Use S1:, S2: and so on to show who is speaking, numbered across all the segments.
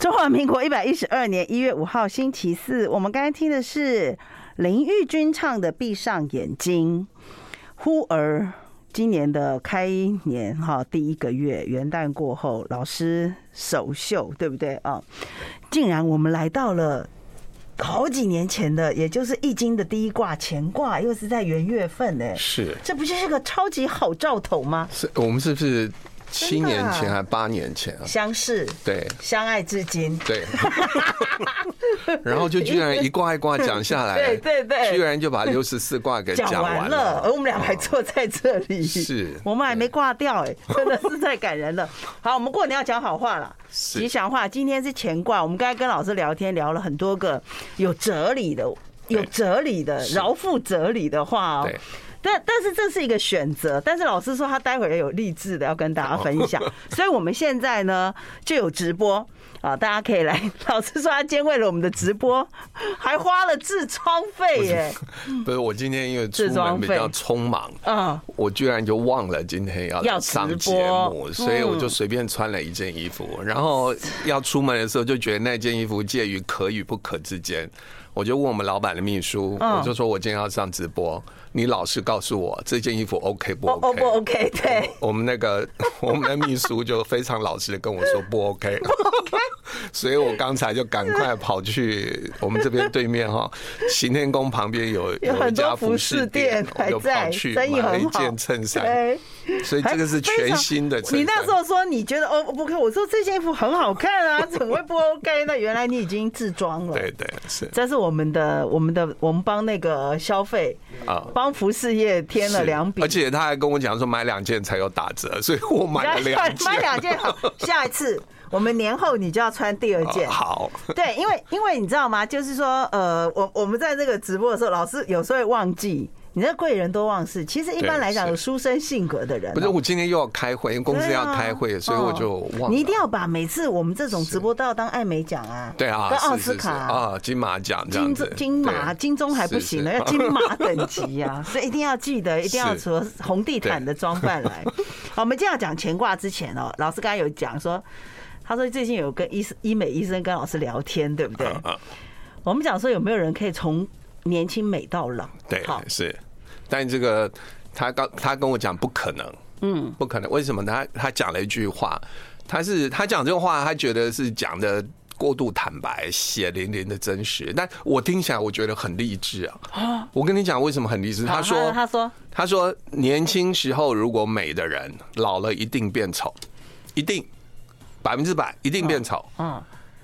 S1: 中华民国一百一十二年一月五号星期四，我们刚才听的是林玉君唱的《闭上眼睛》，忽而今年的开年哈第一个月元旦过后，老师首秀对不对啊？竟然我们来到了。好几年前的，也就是《易经》的第一卦乾卦，又是在元月份哎、
S2: 是
S1: 这不就是个超级好兆头吗？
S2: 是，我们是不是七
S1: 真的
S2: 年
S1: 啊
S2: 前还八年前啊？
S1: 相识，
S2: 对
S1: 相爱至今，
S2: 对，然后就居然一卦一卦讲下来，
S1: 对对对
S2: 居然就把六十四卦给
S1: 讲
S2: 讲
S1: 完
S2: 完
S1: 了，而我
S2: 了。
S1: 们俩还坐在这里，
S2: 是
S1: 我们还没挂掉哎、真的是太感人了。好，我们过年要讲好话了，
S2: 是
S1: 吉祥话。今天是乾卦，我们刚才跟老师聊天，聊了很多个有哲理的、有哲理的、饶富哲理的话哦
S2: 对。
S1: 但但是这是一个选择，但是老师说他待会儿有励志的要跟大家分享，所以我们现在呢就有直播啊，大家可以来。老师说他今天为了我们的直播还花了痔疮费耶，
S2: 不是，我今天因为出
S1: 嗯自
S2: 门
S1: 装
S2: 比
S1: 费
S2: 较匆忙，
S1: 嗯，
S2: 我居然就忘了今天要
S1: 要直
S2: 上节目，
S1: 播
S2: 所以我就
S1: 嗯
S2: 随便穿了一件衣服，然后要出门的时候就觉得那件衣服介于可与不可之间。我就问我们老板的秘书，
S1: 嗯
S2: 我就说我今天要上直播，你老实告诉我这件衣服 OK 不
S1: 哦
S2: OK？
S1: 哦不 OK，对。
S2: 我们那个 我们的秘书就非常老实的跟我说不 OK，所以我刚才就赶快跑去我们这边对 面哈，行天宫旁边有
S1: 有
S2: 一
S1: 很
S2: 家
S1: 多
S2: 服
S1: 服
S2: 饰
S1: 饰
S2: 店
S1: 店，
S2: 我
S1: 还
S2: 就跑
S1: 在，
S2: 去
S1: 生
S2: 买
S1: 意
S2: 了一
S1: 很好。
S2: 件衬衫，
S1: 对，
S2: 所以这个是全新的衬衫。
S1: 你那时候说你觉得哦不 OK，我说这件衣服很好看啊，怎么会不 OK 呢？原来你已经自装了。
S2: 对对是
S1: 这是我们的，我们的，我们帮那个消费，
S2: 啊。
S1: 帮服饰业添了
S2: 是
S1: 两笔，
S2: 而且他还跟我讲说买两件才有打折，所以我买 了两件。
S1: 买两件好。下一次我们年后你就要穿第二 件。
S2: 啊好，
S1: 对，因为因为你知道吗？就是说，呃，我我们在这个直播的时候，老师有时候会忘记，你这贵人多忘事。其实一般
S2: 对
S1: 来讲，
S2: 是
S1: 有书生性格的人哦、
S2: 不是我今天又要开会，因为公司
S1: 对
S2: 要
S1: 啊
S2: 开会，所以我就
S1: 哦
S2: 忘了。
S1: 你一定要把每次我们这种直播都要当艾美奖啊，
S2: 对啊，
S1: 跟
S2: 是
S1: 奥
S2: 是
S1: 斯
S2: 是
S1: 卡啊、
S2: 啊，金马奖这样
S1: 金
S2: 子，
S1: 金马、
S2: 对
S1: 金钟还不行呢，啊要金。
S2: 是是
S1: 马等级 啊，所以一定要记得，一定要
S2: 是
S1: 除了红地毯的装扮来。好，我们今天要讲乾卦之前哦，老师刚才有讲说，他说最近有跟医生、医美医生跟老师聊天，对不 对？
S2: 嗯嗯
S1: 我们讲说有没有人可以从年轻美到老？
S2: 对
S1: 好，，
S2: 是，但这个他刚他跟我讲不可能，嗯，不可能，为什么呢？他他讲了一句话，他是他讲这个话，他觉得是讲的。过度坦白，血淋淋的真实。但我听起来，我觉得很励志啊！我跟你讲，为什么很励志？
S1: 好
S2: 他说，
S1: 他说
S2: 他说，年轻时候如果美的人，老了一定变丑，一定百分之百一定变丑。
S1: 嗯，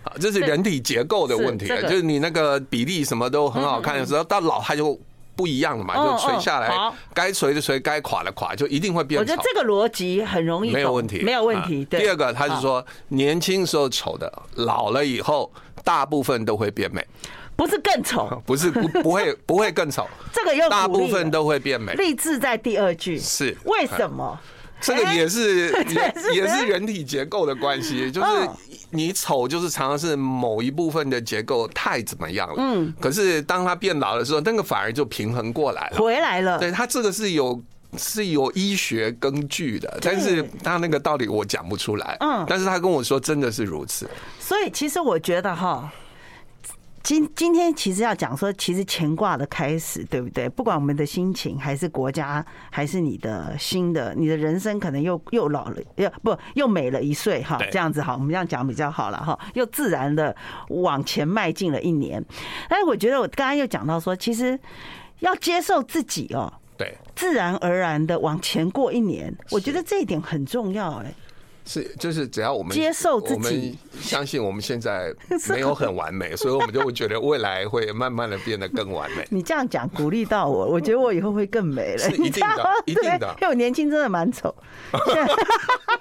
S2: 啊，这是人体结构的问题，
S1: 是这个嗯
S2: 就是你那个比例什么都很好看的时候，到老它就不一样了嘛，
S1: 哦
S2: 就垂下
S1: 哦
S2: 来
S1: 好，
S2: 该垂的垂，该垮的垮，就一定会变
S1: 我
S2: 丑
S1: 觉得。这个逻辑很容易懂，
S2: 没有问题，
S1: 没有问题。
S2: 啊
S1: 对，
S2: 第二个，他是
S1: 好
S2: 说年轻时候丑的，老了以后大部分都会变美，
S1: 不是更丑，
S2: 不是不不会不会 更丑，
S1: 这个又
S2: 大
S1: 鼓励
S2: 部分
S1: 了
S2: 都会变美。
S1: 励志在第二句，
S2: 是
S1: 为什么？
S2: 这个 也是也
S1: 是
S2: 也是人体结构的关系，就是
S1: 嗯
S2: 你丑就是常常是某一部分的结构太怎么样了，嗯，可是当它变老的时候，那个反而就平衡过来了。
S1: 回来了，
S2: 对，它这个是有是有医学根据的，但是它那个道理我讲不出来，
S1: 嗯
S2: 但是他跟我说真的是如此，
S1: 所以其实我觉得哈。今今天其实要讲说，其实乾卦的开始，对不对？不管我们的心情，还是国家，还是你的新的，你的人生可能又又老了，又不又美了一岁哈
S2: 对，
S1: 这样子好，我们这样讲比较好了哈，又自然的往前迈进了一年。但是我觉得我刚刚又讲到说，其实要接受自己哦，
S2: 对。
S1: 自然而然的往前过一年，我觉得这一点很重要哎、
S2: 是，就是只要我们
S1: 接受自己
S2: 我们相信我们现 在没有很完美，所以我们就会觉得未来会慢慢的变得更完美。
S1: 你这样讲鼓励到我， 我觉得我以后会更美了，
S2: 是
S1: 你知道吗？
S2: 一定的一定的
S1: 对因为我年轻真的蛮丑，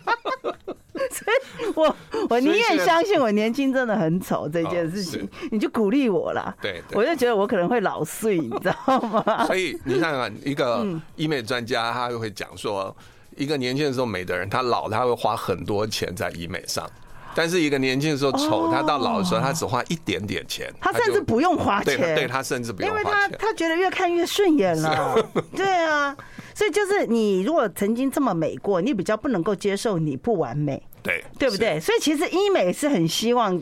S1: 所以我我宁愿相信我年轻真的很丑这件事情，你就鼓励我啦。
S2: 哦对对
S1: 我就觉得我可能会老碎，你知道吗？
S2: 所以你看看一个
S1: 嗯
S2: 医美专家，他会讲说，一个年轻的时候美的人，他老他会花很多钱在医美上，但是一个年轻的时候丑，他到老的时候，他只花一点点钱，
S1: 哦他甚至
S2: 就
S1: 不用花
S2: 对
S1: 钱，
S2: 对，他甚至不
S1: 因
S2: 用
S1: 为
S2: 花
S1: 他
S2: 钱。
S1: 他觉得越看越顺眼了，对啊，所以就是你如果曾经这么美过，你比较不能够接受你不完美，
S2: 对
S1: 对不？对？所以其实医美是很希望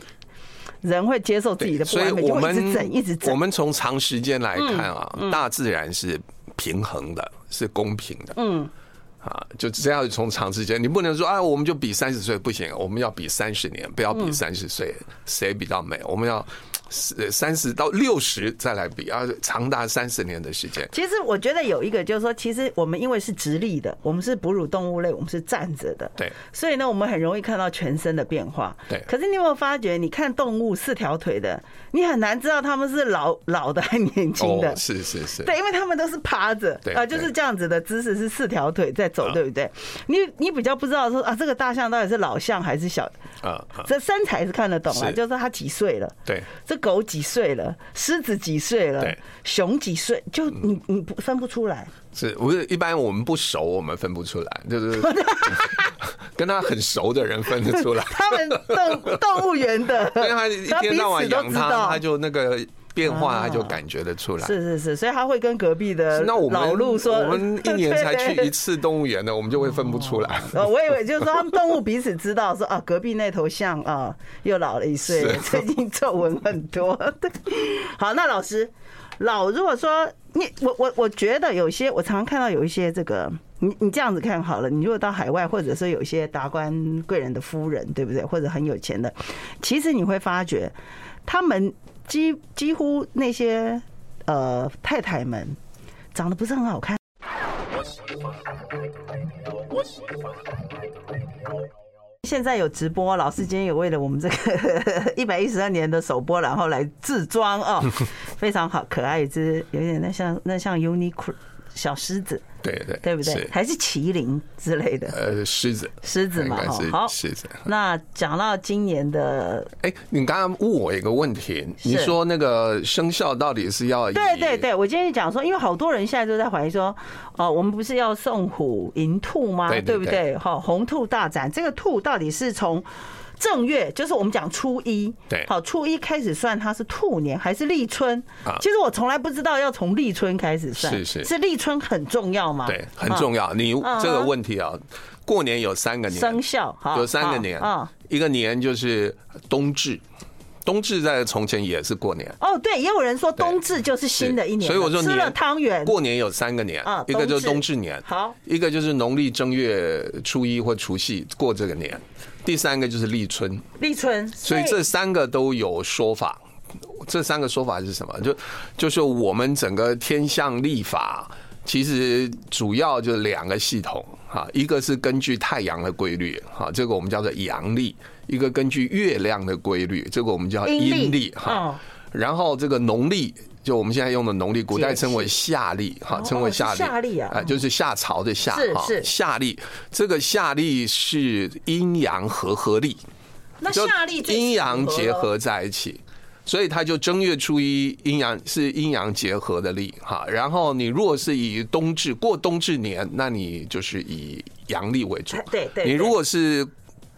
S1: 人会接受自己的不
S2: 所以
S1: 完美，
S2: 我
S1: 就会一
S2: 们
S1: 直整，一直整嗯
S2: 我。们从长时间来看啊，大自然是平衡的，是公平的。嗯。啊，就这样从长时间，你不能说啊，我们就比三十岁不行，我们要比三十年，不要
S1: 嗯
S2: 比三十岁谁比较美，我们要呃三十到六十再来比啊，长达三十年的时间。
S1: 其实我觉得有一个就是说，其实我们因为是直立的，我们是哺乳动物类，我们是站着的，
S2: 对，
S1: 所以呢，我们很容易看到全身的变化。
S2: 对
S1: 可是你有没有发觉，你看动物四条腿的，你很难知道他们是老老的还是年轻的。
S2: 哦是是是，
S1: 对，因为他们都是趴着，
S2: 对
S1: 啊，就是
S2: 对
S1: 这样子的姿势，是四条腿在走，
S2: 啊
S1: 对不对？你你比较不知道说啊，这个大象到底是老象还是小，
S2: 啊啊，
S1: 这身材是看得懂啊，
S2: 是
S1: 就是说它几岁了。
S2: 对，
S1: 这狗几岁了？狮子几岁了
S2: 对？嗯
S1: 熊几岁？就你你不分不出来，
S2: 是不是一般我们不熟，我们分不出来，就是 跟他很熟的人分得出来。
S1: 他们 动动物园的，
S2: 因为他啊一天到晚养
S1: 他彼此都知道
S2: 它，它就那个变
S1: 啊
S2: 化，它就感觉得出来。
S1: 是是是，所以他会跟隔壁的
S2: 那我们
S1: 老陆说，
S2: 我们一年
S1: 对
S2: 才去
S1: 对
S2: 一次动物园的，我们就会分不出来。
S1: 呃，我以为就是说，他们动物彼此知道说啊，隔壁那头象啊又老了一岁了，最近皱纹很多。对，好，那老师，老如果说你我我我觉得有些我常常看到有一些这个，你你这样子看好了，你如果到海外，或者说有一些达官贵人的夫人，对不对？或者很有钱的，其实你会发觉他们几几乎那些呃太太们长得不是很好看。现在有直播，老师今天也为了我们这个 一百一十二年的首播，然后来制装 哦，非常好，可爱一只，有点那像那像 Uniqlo 小狮子，
S2: 对 对，
S1: 对不对
S2: 是？
S1: 还是麒麟之类的
S2: 呃，狮子，
S1: 狮子嘛，
S2: 应
S1: 哈，
S2: 该
S1: 好
S2: 是。狮子。
S1: 那讲到今年的，
S2: 哎，你刚刚问我一个问题，你
S1: 是
S2: 说那个生肖到底是要以
S1: 对对对，我今天讲说，因为好多人现在都在怀疑说，哦，我们不是要送虎迎兔吗？
S2: 对对
S1: 对不对？好，红兔大展，这个兔到底是从正月，就是我们讲初一，
S2: 对
S1: 好，初一开始算它是兔年还是立春
S2: 啊？
S1: 其实我从来不知道要从立春开始算，
S2: 是是
S1: 是立春很重要吗？啊
S2: 对很重
S1: 要，
S2: 要。你这个问题啊，过年有三个年，
S1: 生肖哈
S2: 有三个年
S1: 啊。啊，
S2: 一个年就是冬至，冬至在从前也是过年。
S1: 哦，对，也有人说冬至就是新的一年了，
S2: 所以我说
S1: 吃了
S2: 年
S1: 汤圆，
S2: 过年有三个年
S1: 嗯啊，
S2: 一个就是
S1: 冬
S2: 冬
S1: 至
S2: 至年，
S1: 好，
S2: 一个就是农历正月初一或除夕过这个年，第三个就是立春，
S1: 立春，
S2: 所以这三个都有说法。这三个说法是什么？就就是我们整个天象历法，其实主要就两个系统哈，一个是根据太阳的规律哈，这个我们叫做阳历；一个根据月亮的规律，这个我们叫
S1: 阴
S2: 阴
S1: 历嗯
S2: 历哈。然后这个农历，就我们现在用的农历，古代称为夏历哈
S1: 哦，
S2: 称为夏
S1: 是
S2: 历，
S1: 夏历啊
S2: 哎就是夏朝的夏
S1: 是
S2: 哈
S1: 是，
S2: 夏历这个夏历是阴阳和合历，
S1: 那
S2: 就
S1: 夏历最
S2: 阴阳
S1: 适
S2: 结
S1: 咯
S2: 合在一起，所以它就正月初一阴阳是阴阳结合的历哈。然后你如果是以冬至过冬至年，那你就是以阳历为主
S1: 哎。对对
S2: 你
S1: 对
S2: 如果是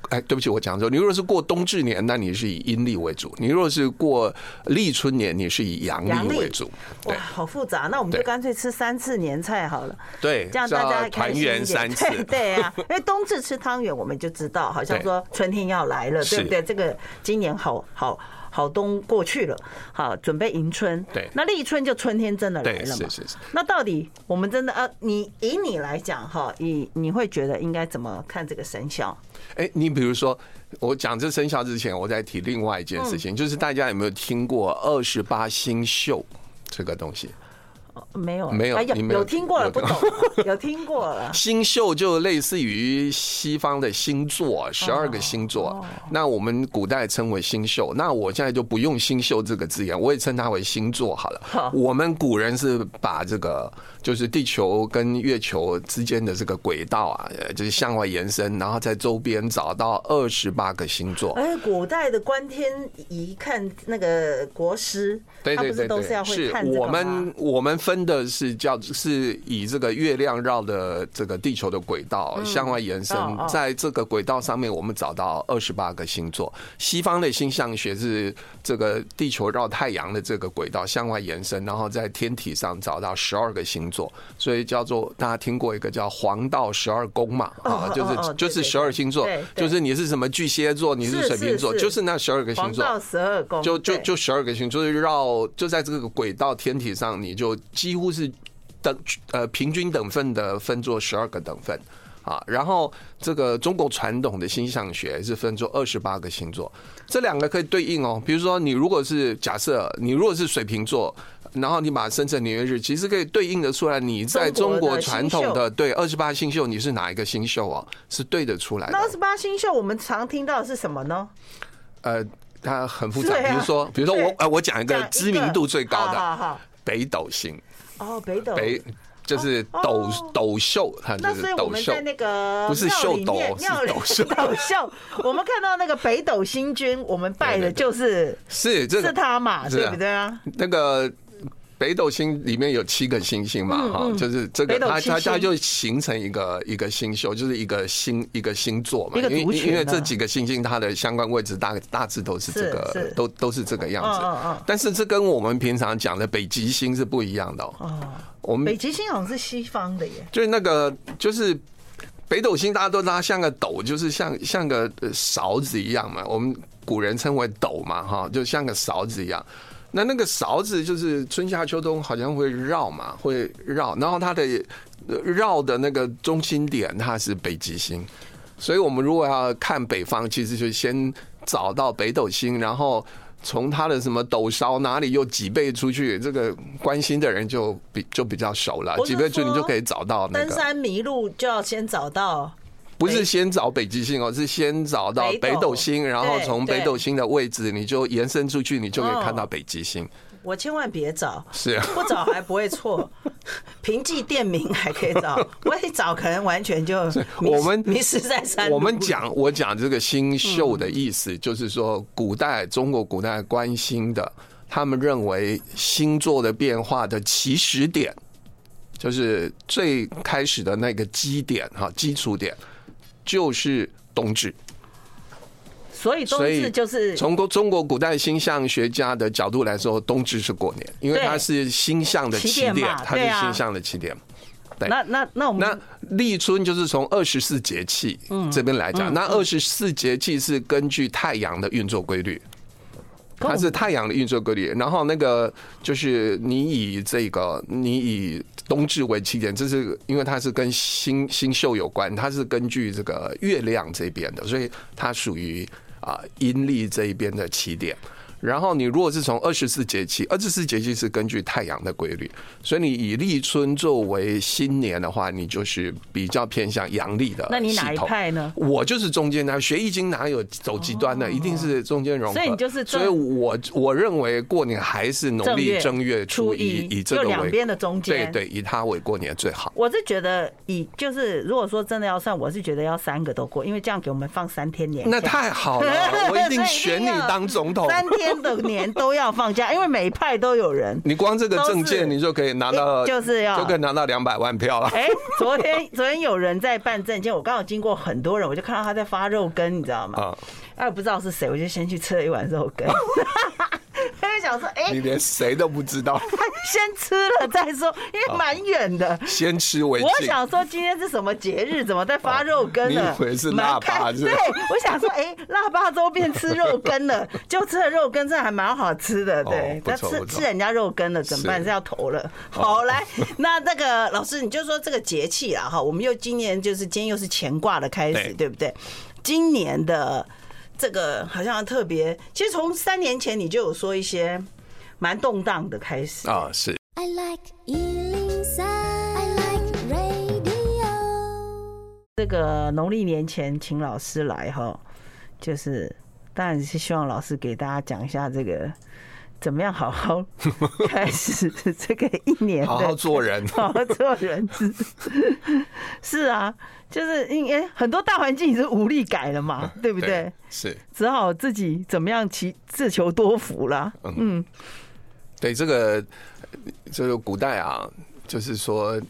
S2: 哎，对不起，我讲错。你如果是过冬至年，那你是以阴历为主；你如果是过立春年，你是以阳
S1: 阳历
S2: 历为主。
S1: 哇，
S2: 对
S1: 好复杂，那我们就
S2: 对
S1: 干脆吃三次年菜好了。
S2: 对，
S1: 这样大家
S2: 叫
S1: 开
S2: 团
S1: 心一点
S2: 圆三次。
S1: 对对啊，因为冬至吃汤圆，我们就知道，好像
S2: 对
S1: 说春天要来了，对不
S2: 是
S1: 对？这个今年好好好冬过去了，好准备迎春。
S2: 对
S1: 那立春就春天真的来
S2: 对，
S1: 了嘛
S2: 是？是是。
S1: 那到底我们真的呃，你以你来讲哈，你你会觉得应该怎么看这个生肖？
S2: 哎、你比如说，我讲这生肖之前，我在提另外一件事情，就是大家有没有听过二十八星宿这个东西？
S1: 哦没有，
S2: 没有
S1: 哎有
S2: 你没有
S1: 有听过了，
S2: 有
S1: 不
S2: 听
S1: 懂， 有听过了。
S2: 星宿就类似于西方的星座，十二个星座。那我们古代称为星宿，那我现在就不用星宿这个字眼，我也称它为星座好
S1: 好
S2: 了。我们古人是把这个就是地球跟月球之间的这个轨道啊，呃就是向外延伸，然后在周边找到二十八个星座。
S1: 而且古代的观天仪看那个国师，
S2: 对
S1: 他
S2: 对
S1: 不是
S2: 对
S1: 都
S2: 对，
S1: 是要会看这个
S2: 我
S1: 吗
S2: 们我们分的是叫是以这个月亮绕的这个地球的轨道向外延伸
S1: 嗯哦哦，
S2: 在这个轨道上面，我们找到二十八个星座。西方的星象学是这个地球绕太阳的这个轨道向外延伸，然后在天体上找到十二个星座，所以叫做大家听过一个叫黄道十二宫嘛，
S1: 哦
S2: 啊，就
S1: 哦哦
S2: 是就
S1: 对对
S2: 是十二星座
S1: 对，对
S2: 就是你是什么巨蟹座，你是
S1: 是
S2: 水
S1: 是
S2: 瓶座，
S1: 是
S2: 就是那十二个
S1: 黄
S2: 星座。
S1: 道十二宫，
S2: 就就
S1: 哦对
S2: 就十二个星，就是绕就在这个轨道天体上，你就几乎是等呃平均等份的分作十二个等份啊。然后这个中国传统的星象学是分作二十八个星座，这两个可以对应哦。比如说你如果是假设你如果是水瓶座。然后你把生辰年月日，其实可以对应的出来，你在中国传统的对二十八星宿，你是哪一个星宿啊？是对得出来的
S1: 那。二十八星宿，我们常听到的是什么呢？
S2: 呃，它很复杂，
S1: 对啊
S2: 比如说，比如说我
S1: 对
S2: 呃，我讲一个
S1: 讲一个
S2: 知名度最高的，
S1: 好好
S2: 北斗星，
S1: 好，哦，北斗。
S2: 北就是
S1: 哦
S2: 斗斗秀，它
S1: 那
S2: 就
S1: 所以
S2: 是
S1: 我
S2: 斗
S1: 们
S2: 秀
S1: 在。那个
S2: 不是
S1: 庙
S2: 秀
S1: 里
S2: 斗
S1: 面
S2: 是
S1: 庙里
S2: 斗秀
S1: 斗秀，我们看到那个北斗星君，我们拜的
S2: 对对对
S1: 就是
S2: 是这
S1: 是
S2: 个
S1: 他嘛，
S2: 是啊
S1: 对不对啊？
S2: 那个北斗星里面有七个星星嘛，哈、就是这
S1: 嗯北
S2: 个
S1: 斗
S2: 它
S1: 七星
S2: 它它就形成一个一个星宿，就是一个星一个星座嘛，
S1: 一个
S2: 因
S1: 族
S2: 为
S1: 群
S2: 因为
S1: 呢
S2: 这几个星星它的相关位置大大致都是这
S1: 是
S2: 个
S1: 是
S2: 都都是这个样
S1: 嗯嗯嗯
S2: 子，但是这跟我们平常讲的北极星是不一样的、哦。
S1: 哦，
S2: 我们
S1: 北极星好像是西方的耶，
S2: 就是那个就是北斗星，大家都知道它像个斗，就是像像个呃勺子一样嘛。我们古人称为斗嘛，哈，就像个勺子一样。那那个勺子就是春夏秋冬好像会绕嘛，会绕，然后它的呃绕的那个中心点它是北极星，所以我们如果要看北方，其实就先找到北斗星，然后从它的什么斗勺哪里又几倍出去，这个关心的人就比就比较熟了
S1: 不，是
S2: 几倍出去你
S1: 说
S2: 就可以找到那
S3: 登
S2: 个。
S3: 山迷路就要先找到
S2: 不是先找北极星哦，是先找到
S3: 北
S2: 北
S3: 斗
S2: 斗星，然后
S3: 对
S2: 从北
S3: 对
S2: 斗星的位置，你就延伸出去，你就可以看到
S3: 哦
S2: 北极星。
S3: 我千万别找，
S2: 是啊，
S3: 不找还不会错，凭记店名还可以 找，我一找可能完全就迷
S2: 我们
S3: 迷失在山路。
S2: 我们讲我讲这个星宿
S3: 嗯
S2: 的意思，就是说古代中国古代观星的，他们认为星座的变化的起始点，就是最开始的那个基点哈，基础点就是冬至。
S1: 所以冬
S2: 所以
S1: 至就是
S2: 从国中国古代星象学家的角度来说，冬至是过年，因为
S1: 对
S2: 它是星象的
S1: 起
S2: 起
S1: 点
S2: 点
S1: 嘛，
S2: 它是
S1: 对啊嗯
S2: 星象的起点。对
S1: 那那那我
S2: 哎那
S1: 们
S2: 立春就是从二十四节气
S1: 嗯
S2: 这边来讲，那二十四节气是根据太阳的运作规律，
S1: 跟我
S2: 它是太阳的运作规律。然后那个就是你以这个你以冬至为起点，这是因为它是跟星星宿有关，它是根据这个月亮这边的，所以它属于啊阴历这一边的起点。然后你如果是从二十四节气，二十四节气是根据太阳的规律，所以你以立春作为新年的话，你就是比较偏向阳历的。
S1: 那你哪一？派呢？
S2: 我就是中间的，学易经哪有走极端的，一定是中间融合。
S1: 哦所以你就是正
S2: 所以我我认为过年还是农历
S1: 正
S2: 正
S1: 月
S2: 月
S1: 初
S2: 初
S1: 一
S2: 一，以这
S1: 就
S2: 个
S1: 两
S2: 为
S1: 边的中间
S2: 对对，以它为过年最好。
S1: 我是觉得以就是如果说真的要算，我是觉得要三个都过，因为这样给我们放三天年假。
S2: 那太好了，我一定选你当总 统。
S1: 三天的年都要放假，因为每一派都有 人。
S2: 你光这个证件，你就可以拿到，
S1: 就是要
S2: 就可以拿到两百万票了。
S1: 哎、昨天昨天有人在办证件，我刚好经过很多人，我就看到他在发肉羹，你知道吗？
S2: 啊，
S1: 哎，我不知道是谁，我就先去吃了一碗肉羹。他就想说，哎、
S2: 你连谁都不知道，
S1: 他先吃了再说，因为蛮远的。
S2: 先吃为
S1: 我
S2: 敬。
S1: 想说今天是什么节日，怎么在发肉羹呢
S2: 哦？你以为是
S1: 蛮
S2: 腊
S1: 开
S2: 八是吧
S1: 对，我想说，哎，腊八粥变吃肉羹 了，就吃了肉羹，这还蛮好吃的。对
S2: 哦，不
S1: 那
S2: 错
S1: 吃
S2: 不错
S1: 吃人家肉羹了，怎么办？
S2: 是哦
S1: 是要投了？
S3: 好， 来，那那个老师，你就说这个节气啦，哈，我们又今年就是今天又是乾卦的开始，
S2: 对
S3: 对不对？今年的这个好像特别，其实从三年前你就有说一些蛮动荡的开始，
S2: 啊，是
S4: I like Ealing Sound. I like radio.
S1: 这个农历年前请老师来哈，就是当然是希望老师给大家讲一下这个怎么样好 好开始这个一年的
S2: 好好做人。
S1: 好好做人是 是啊，就是因为很多大环境已经无力改了嘛，
S2: 嗯
S1: 对不对？？
S2: 是。
S1: 只好自己怎么样其自求多福啦。
S2: 嗯，对这个，就是古代啊，就是说，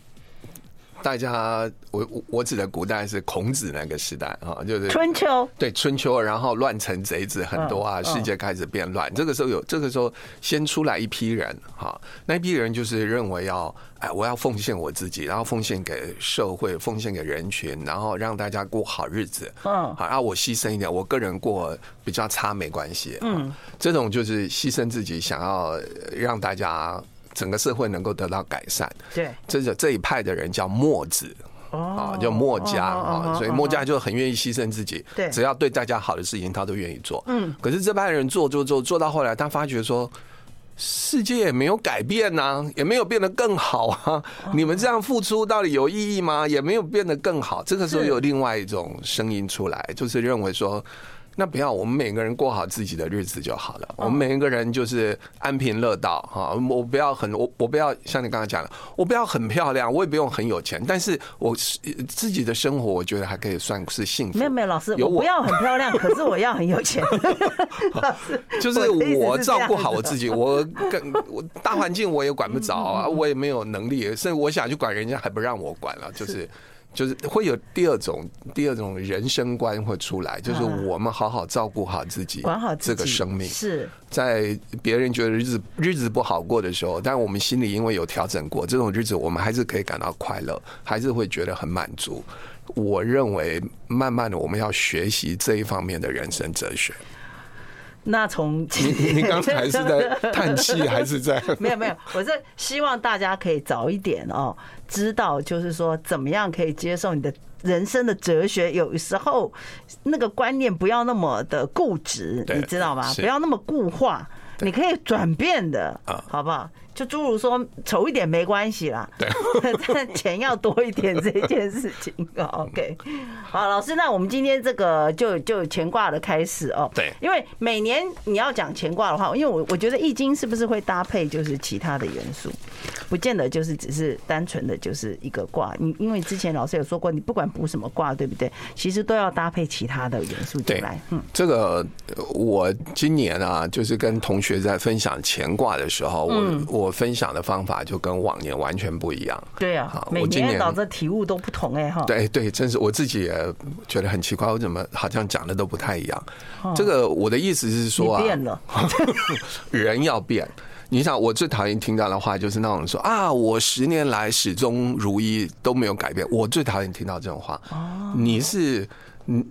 S2: 大家我我我指的古代是孔子那个时代啊，就是
S5: 春秋
S2: 对春秋，然后乱臣贼子很多啊，
S5: 嗯
S2: 世界开始变乱。这个时候有，这个时候先出来一批人哈，那一批人就是认为要哎，我要奉献我自己，然后奉献给社会，奉献给人群，然后让大家过好日子。
S5: 嗯
S2: 好，啊，我牺牲一点，我个人过比较差没关系。嗯，这种就是牺牲自己，想要呃让大家整个社会能够得到改善。
S1: 对，
S2: 这种这一派的人叫墨子。
S1: 哦
S2: 啊，叫墨家啊，所以墨家就很愿意牺牲自己，
S1: 对
S2: 只要对大家好的事情，他都愿意做。嗯，可是这派人做做做做到后来，他发觉说，世界也没有改变呐、也没有变得更好
S1: 哦
S2: 啊。你们这样付出到底有意义吗？也没有变得更好。这个时候有另外一种声音出来，就是认为说。那不要，我们每个人过好自己的日子就好了。
S1: 哦
S2: 我们每一个人就是安贫乐道哈。我不要很，我我不要像你刚刚讲的，我不要很漂亮，我也不用很有钱，但是我是自己的生活，我觉得还可以算是幸福。
S1: 没有没有，老师，
S2: 有
S1: 我
S2: 我
S1: 不要很漂亮，可是我要很有 钱。老师，
S2: 就是
S1: 的意思
S2: 我
S1: 是
S2: 照
S1: 这
S2: 顾
S1: 样
S2: 好我
S1: 子
S2: 自己，我跟我大环境我也管不着啊，
S1: 嗯
S2: 我也没有能力，甚至我想去管人家还不让我管了，啊就是。就是会有第二种第二种人生观会出来，就是我们好好照顾好自己，
S1: 啊管好自己
S2: 这个生命，
S1: 是
S2: 在别人觉得日子日子不好过的时候，但我们心里因为有调整过，这种日子我们还是可以感到快乐，还是会觉得很满足。我认为，慢慢的我们要学习这一方面的人生哲学。
S1: 那从
S2: 你刚才是在叹气还是在？
S1: 没有没有，我是希望大家可以早一点哦，知道就是说怎么样可以接受你的人生的哲学。有时候那个观念不要那么的固执，
S2: 对
S1: 你知道吗？
S2: 是
S1: 不要那么固化，你可以转变的，
S2: 啊
S1: 好不好？就诸如说丑一点没关系啦，对， 但钱要多一点这件事情。OK，好，老师，那我们今天这个就就乾卦的开始哦，
S2: 对
S1: 因为每年你要讲乾卦的话，因为我我觉得易经是不是会搭配就是其他的元素，不见得就是只是单纯的就是一个卦。你因为之前老师有说过，你不管补什么卦，对不对？其实都要搭配其他的元素进
S2: 对
S1: 来。嗯，，
S2: 这个呃我今年啊，就是跟同学在分享乾卦的时候，
S1: 嗯
S2: 我我分享的方法就跟往年完全不一样。
S1: 对啊
S2: 好，
S1: 每
S2: 我今
S1: 年
S2: 年
S1: 老的体悟都不同哎、哈。，
S2: 对对，真是我自己也觉得很奇怪，我怎么好像讲的都不太一样？这个我的意思是说
S1: 哦
S2: 啊，
S1: 你变了
S2: 人要变。你想，我最讨厌听到的话就是那种说啊，我十年来始终如一都没有改变，我最讨厌听到这种话。你是你。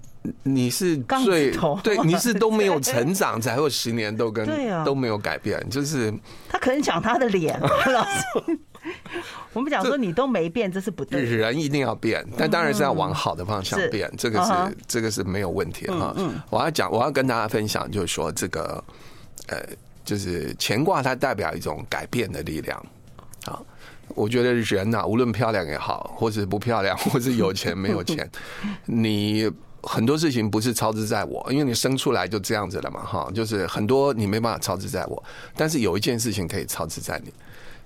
S2: 你是
S1: 杠
S2: 最
S1: 子头
S2: 对，你是都没有成长，才会十年都跟
S1: 对啊
S2: 都没有改变，就是
S1: 他可能讲他的脸，老师。 我们讲说你都没变，这是不对的。
S2: 人一定要变，但当然是要往好的方向
S1: 是
S2: 变，这个
S1: 嗯哼嗯
S2: 是这个是没有问题的哈。我要讲，我要跟大家分享，就是说这个呃，就是乾卦它代表一种改变的力量啊。我觉得人呐、无论漂亮也好，或是不漂亮， 或是有钱没有 钱，你很多事情不是操之在我，因为你生出来就这样子了嘛，哈，就是很多你没办法操之在我，但是有一件事情可以操之在你，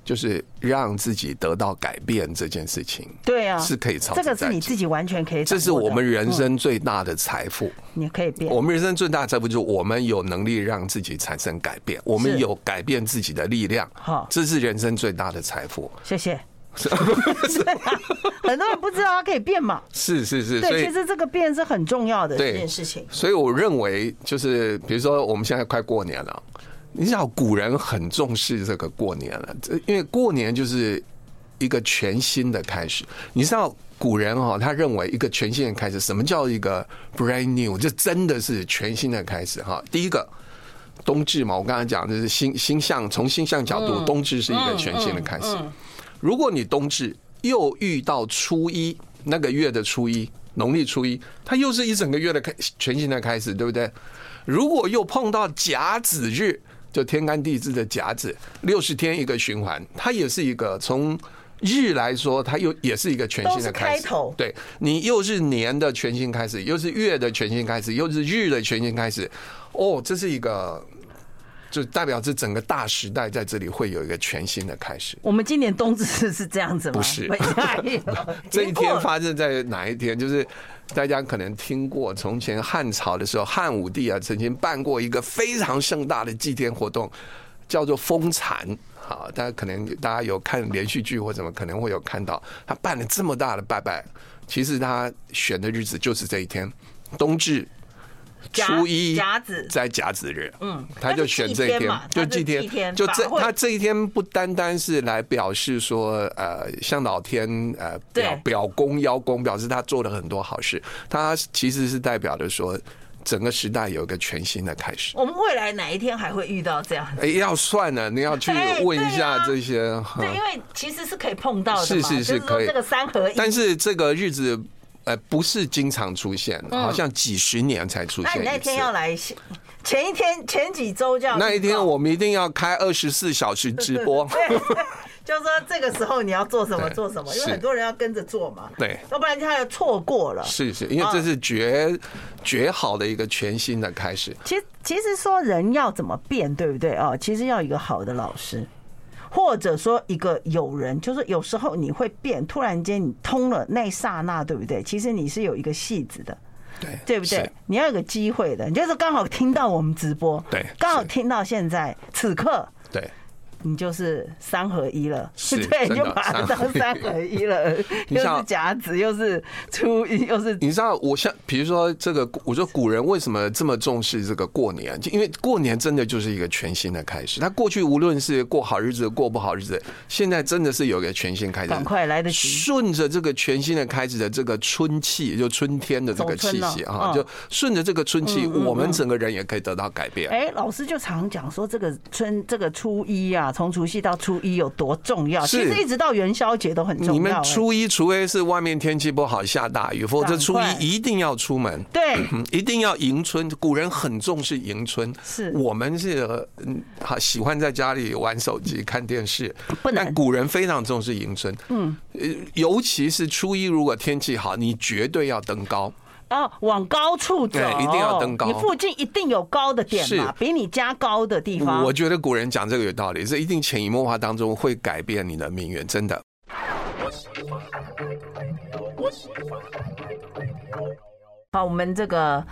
S2: 就是让自己得到改变这件事情。
S1: 对啊，
S2: 是可以操之
S1: 这个是
S2: 在
S1: 你
S2: 己
S1: 自己完全可以掌
S2: 这
S1: 握的。嗯
S2: 是我们人生最大的财富。
S1: 你可以变
S2: 我。们人生最大的财富就是我们有能力让自己产生改变，我们有改变自己的力量
S1: 好。
S2: 这是人生最大的财富。
S1: 谢 谢。 对啊很多人不知道它可以变嘛。
S2: 是是是， 所
S1: 对，
S2: 以
S1: 其实这个变是很重要的
S2: 对
S1: 一件事情。
S2: 所以我认为就是比如说我们现在快过年了，你想古人很重视这个过年了，这因为过年就是一个全新的开始。你知道古人哈、哦，他认为一个全新的开始，什么叫一个 brand new？这真的是全新的开始哈、第一个。冬至嘛，我刚才讲就是星星象，从星象角
S1: 嗯
S2: 度，冬至是一个全新的开始。如果你冬至又遇到初一那个月的初一，农历初一，它又是一整个月的开全新的开始，对不对？如果又碰到甲子日，就天干地支的甲子，六十天一个循环，它也是一个从日来说，它又也是一个全新的开
S1: 都
S2: 始。
S1: 是开头
S2: 对你又是年的全新开始，又是月的全新开始，又是日的全新开始，哦，这是一个。就代表这整个大时代在这里会有一个全新的开始。
S1: 我们今年冬至是这样子吗？
S2: 不是
S1: 没哎呦
S2: 这一
S1: 已经过
S2: 天
S1: 了
S2: 发生在哪一天？就是大家可能听过，从前汉朝的时候，汉武帝啊曾经办过一个非常盛大的祭天活动。叫做风禅。好，大家可能大家有看连续剧或怎么，可能会有看到他办了这么大的拜拜，其实他选的日子就是这一天，冬至
S1: 甲
S2: 初一
S1: 甲子
S2: 在甲子日，
S1: 嗯
S2: 他就选这一
S1: 他是祭天
S2: 天
S1: 嘛，他是祭天
S2: 就祭就
S1: 法
S2: 这
S1: 会
S2: 他这一天不单单是来表示说，呃，向老天呃
S1: 对
S2: 表表功邀功，表示他做了很多好事，他其实是代表着说，整个时代有一个全新的开始。
S1: 我们未来哪一天还会遇到这样？
S2: 哎，要算了，你要去
S1: 哎
S2: 问
S1: 对
S2: 一下
S1: 啊
S2: 这些。哈
S1: 对，因为其实是可以碰到的嘛，
S2: 嗯是
S1: 就是
S2: 是
S1: 是说
S2: 可以
S1: 这个三合一，
S2: 但是这个日子，呃，不是经常出现，好像几十年才出
S1: 嗯那
S2: 现
S1: 你那
S2: 一次
S1: 天。要来，前一天前几周就要
S2: 那一
S1: 预
S2: 天
S1: 告
S2: 我们一定要开二十四小时直播。
S1: 对，就是说这个时候你要做什么
S2: 对
S1: 做什么，因为
S2: 是
S1: 很多人要跟着做嘛，
S2: 对
S1: 要不然他就错过了。
S2: 是是，
S1: 嗯
S2: 因为这是绝绝好的一个全新的开始。
S1: 其实其实说人要怎么变，对不对啊、哦？其实要一个好的老师，或者说一个友人，就是有时候你会变，突然间你通了那一刹那，对不对？其实你是有一个戏子的。
S2: 对
S1: 对不对
S2: 是？
S1: 你要有个机会的，你就是刚好听到我们直播，
S2: 对
S1: 刚好
S2: 是
S1: 听到现在此刻，
S2: 对，
S1: 你就是三合一了，
S2: 是
S1: 对，
S2: 真的
S1: 你就把它当三合一了，
S2: 你
S1: 又
S2: 像
S1: 是甲子，又是初一，又是
S2: 你知道我像比如说这个，我说古人为什么这么重视这个过年？就因为过年真的就是一个全新的开始。他过去无论是过好日子过不好日子，现在真的是有一个全新开始。
S1: 赶快来得及。
S2: 顺着这个全新的开始的这个春气，也就春天的这个气
S1: 走
S2: 息
S1: 春了
S2: 啊，
S1: 嗯
S2: 就顺着这个春气，我们整个人也可以得到改变。
S1: 哎，老师就常讲说，这个春这个初一啊，从除夕到初一有多重要，其
S2: 是
S1: 实一直到元宵节都很重要。
S2: 你们
S1: 哎
S2: 初一，除非是外面天气不好下大雨，否则初
S1: 赶快
S2: 一一定要出门，
S1: 对
S2: 嗯一定要迎春。古人很重视迎春，
S1: 是
S2: 我们是呃嗯好喜欢在家里玩手机、看电视，
S1: 不能
S2: 但古人非常重视迎春，嗯，尤其是初一，如果天气好，你绝对要登高。
S1: 哦，往高处走，
S2: 对一定要登高
S1: 你附近一定有高的点嘛
S2: 是，
S1: 比你家高的地方。
S2: 我觉得古人讲这个有道理，这一定潜移默化当中会改变你的命运，真的。
S1: 好，我们这个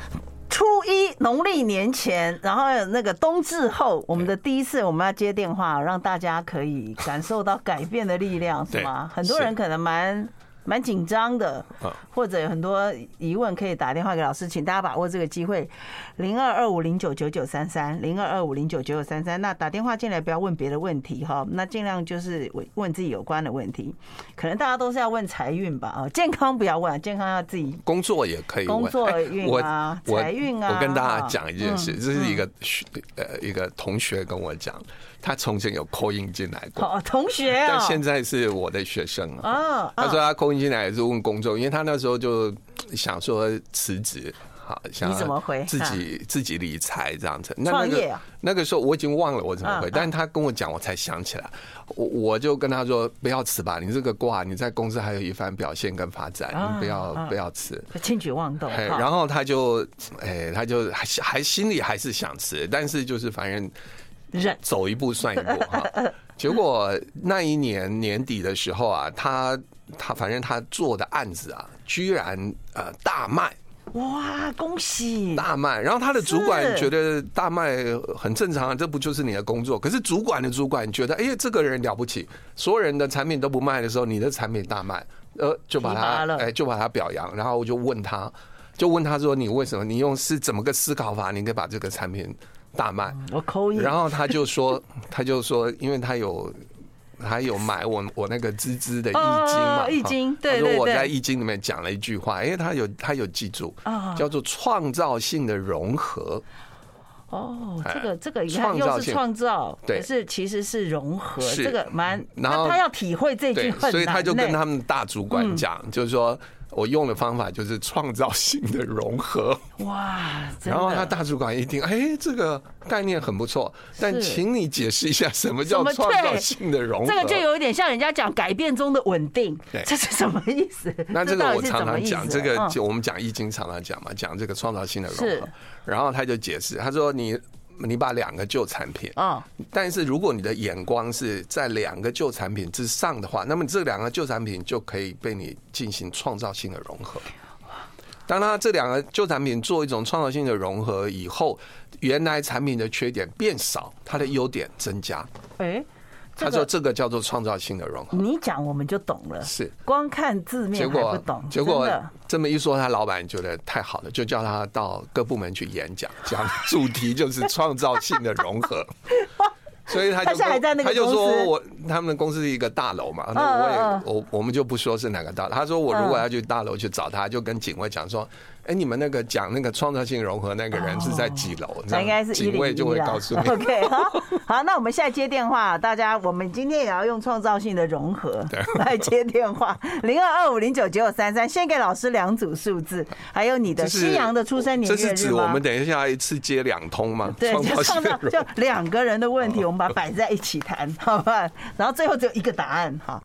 S1: 初一农历年前，然后那个冬至后，我们的第一次我们要接电话，让大家可以感受到改变的力量，是
S2: 对
S1: 吗？很多
S2: 是
S1: 人可能蛮。蛮紧张的
S2: 啊，
S1: 或者有很多疑问可以打电话给老师，请大家把握这个机会，零二二五零九九九三三，零二二五零九九九三三。那打电话进来不要问别的问题哈，那尽量就是问问自己有关的问题，可能大家都是要问财运吧啊，健康不要问，健康要自己
S2: 工作也可以问，
S1: 工作
S2: 哎
S1: 运
S2: 我
S1: 啊
S2: 我
S1: 财运啊嗯
S2: 我跟大家
S1: 哈
S2: 讲一件事，这是一个学呃一个同学跟我讲，他从前有 call in 进来过，
S1: 哦，同学啊、
S2: 但现在是我的学生啊。
S1: 啊，
S2: 他
S1: 啊
S2: 说他 call in 进来也是问工作，因为他那时候就想说辞职。好，想
S1: 你怎么回啊
S2: 自己自己理财这样子。那
S1: 创
S2: 那
S1: 业
S2: 个
S1: 啊
S2: 那个时候我已经忘了我怎么
S1: 嗯
S2: 回
S1: 嗯，
S2: 但是他跟我讲，我才想起来。我我就跟他说不要辞吧，你这个卦你在公司还有一番表现跟发展，你不要
S1: 嗯
S2: 不要辞。
S1: 轻举妄动，
S2: 哎，
S1: 哈
S2: 然后他就，哎，他就还还心里还是想吃，但是就是反正
S1: 忍
S2: 走一步算一步哈。结果那一年年底的时候啊，他他反正他做的案子啊，居然呃大卖
S1: 哇，恭喜！
S2: 大卖，然后他的主管
S1: 是
S2: 觉得大卖很正常啊，这不就是你的工作？可是主管的主管觉得，哎呀，这个人了不起，所有人的产品都不卖的时候，你的产品大卖，呃，就把
S1: 提拔
S2: 他
S1: 了
S2: 哎就把他表扬，然后我就问他，就问他说，你为什么你用是怎么个思考法，你可以把这个产品大卖？
S1: 我扣一，
S2: 然后他就说， 他就说，因为他有。他有买我我那个芝芝的易经
S1: 哦
S2: 嘛？
S1: 易经
S2: 哈
S1: 对
S2: 他说
S1: 对
S2: 我
S1: 对
S2: 在易经里面讲了一句话，因为他有他有记住
S1: 啊，
S2: 叫做创造性的融合。
S1: 哦，
S2: 哎
S1: 这个这个你看
S2: 创
S1: 又
S2: 造
S1: 是
S2: 性
S1: 创造，
S2: 对
S1: 可是其实是融合，
S2: 是
S1: 这个蛮，
S2: 然
S1: 那
S2: 后
S1: 他要体会这句
S2: 对
S1: 很难，
S2: 所以他就跟
S1: 呢
S2: 他们大主管
S1: 嗯
S2: 讲，就是说我用的方法就是创造性的融合。
S1: 哇， 真
S2: 然后他
S1: 的。
S2: 大主管一听，哎，这个概念很不错，但
S1: 是
S2: 请你解释一下什么
S1: 什
S2: 叫
S1: 么
S2: 创造
S1: 对
S2: 性的融合。
S1: 这个就有点像人家讲改变中的稳定
S2: 对，
S1: 这是什么意思？
S2: 那这个
S1: 到底
S2: 我
S1: 是
S2: 常
S1: 怎么
S2: 常
S1: 意
S2: 讲，
S1: 思
S2: 这个
S1: 嗯
S2: 就我们讲易经常常讲嘛，讲这个创造性的融
S1: 是
S2: 合。然后他就解释，他说你你把两个旧产品，
S1: 哦，
S2: 但是如果你的眼光是在两个旧产品之上的话，那么这两个旧产品就可以被你进行创造性的融合。当他这两个旧产品做一种创造性的融合以后，原来产品的缺点变少，它的优点增加。
S1: 哎，
S2: 他说这个叫做创造性的融合。
S1: 你讲我们就懂了，
S2: 是
S1: 光看字
S2: 结
S1: 面还不
S2: 果
S1: 懂，
S2: 结果
S1: 真的
S2: 这么一说，他老板觉得太好了，就叫他到各部门去演讲，讲主题就是创造性的融 合。所以他
S1: 他
S2: 就
S1: 现在还在那
S2: 跟
S1: 个
S2: 他就
S1: 公司
S2: 说我他们的公司是一个大楼嘛，那
S1: 嗯嗯
S2: 我也我我们就不说是哪个大楼。他说我如果要去大楼去找他，就跟警卫讲说，哎，你们那个讲那个创造性融合那个人是在几楼？这
S1: 哦那
S2: 样
S1: 应该是一啊
S2: 警卫就会 告诉你。
S1: OK，好，好，那我们现在接电话，大家，我们今天也要用创造性的融合 来接电话，零二二五零九九三三，先给老师两组数字，还有你的
S2: 这是
S1: 西洋的出生年
S2: 这
S1: 月日
S2: 是指我
S1: 吗
S2: 们等一下一次接两通吗？
S1: 对，就
S2: 性
S1: 创
S2: 的
S1: 造
S2: 融合哦
S1: 就两个人的问题，我们把它摆在一起谈，好吧？然后最后只有一个答案，哈。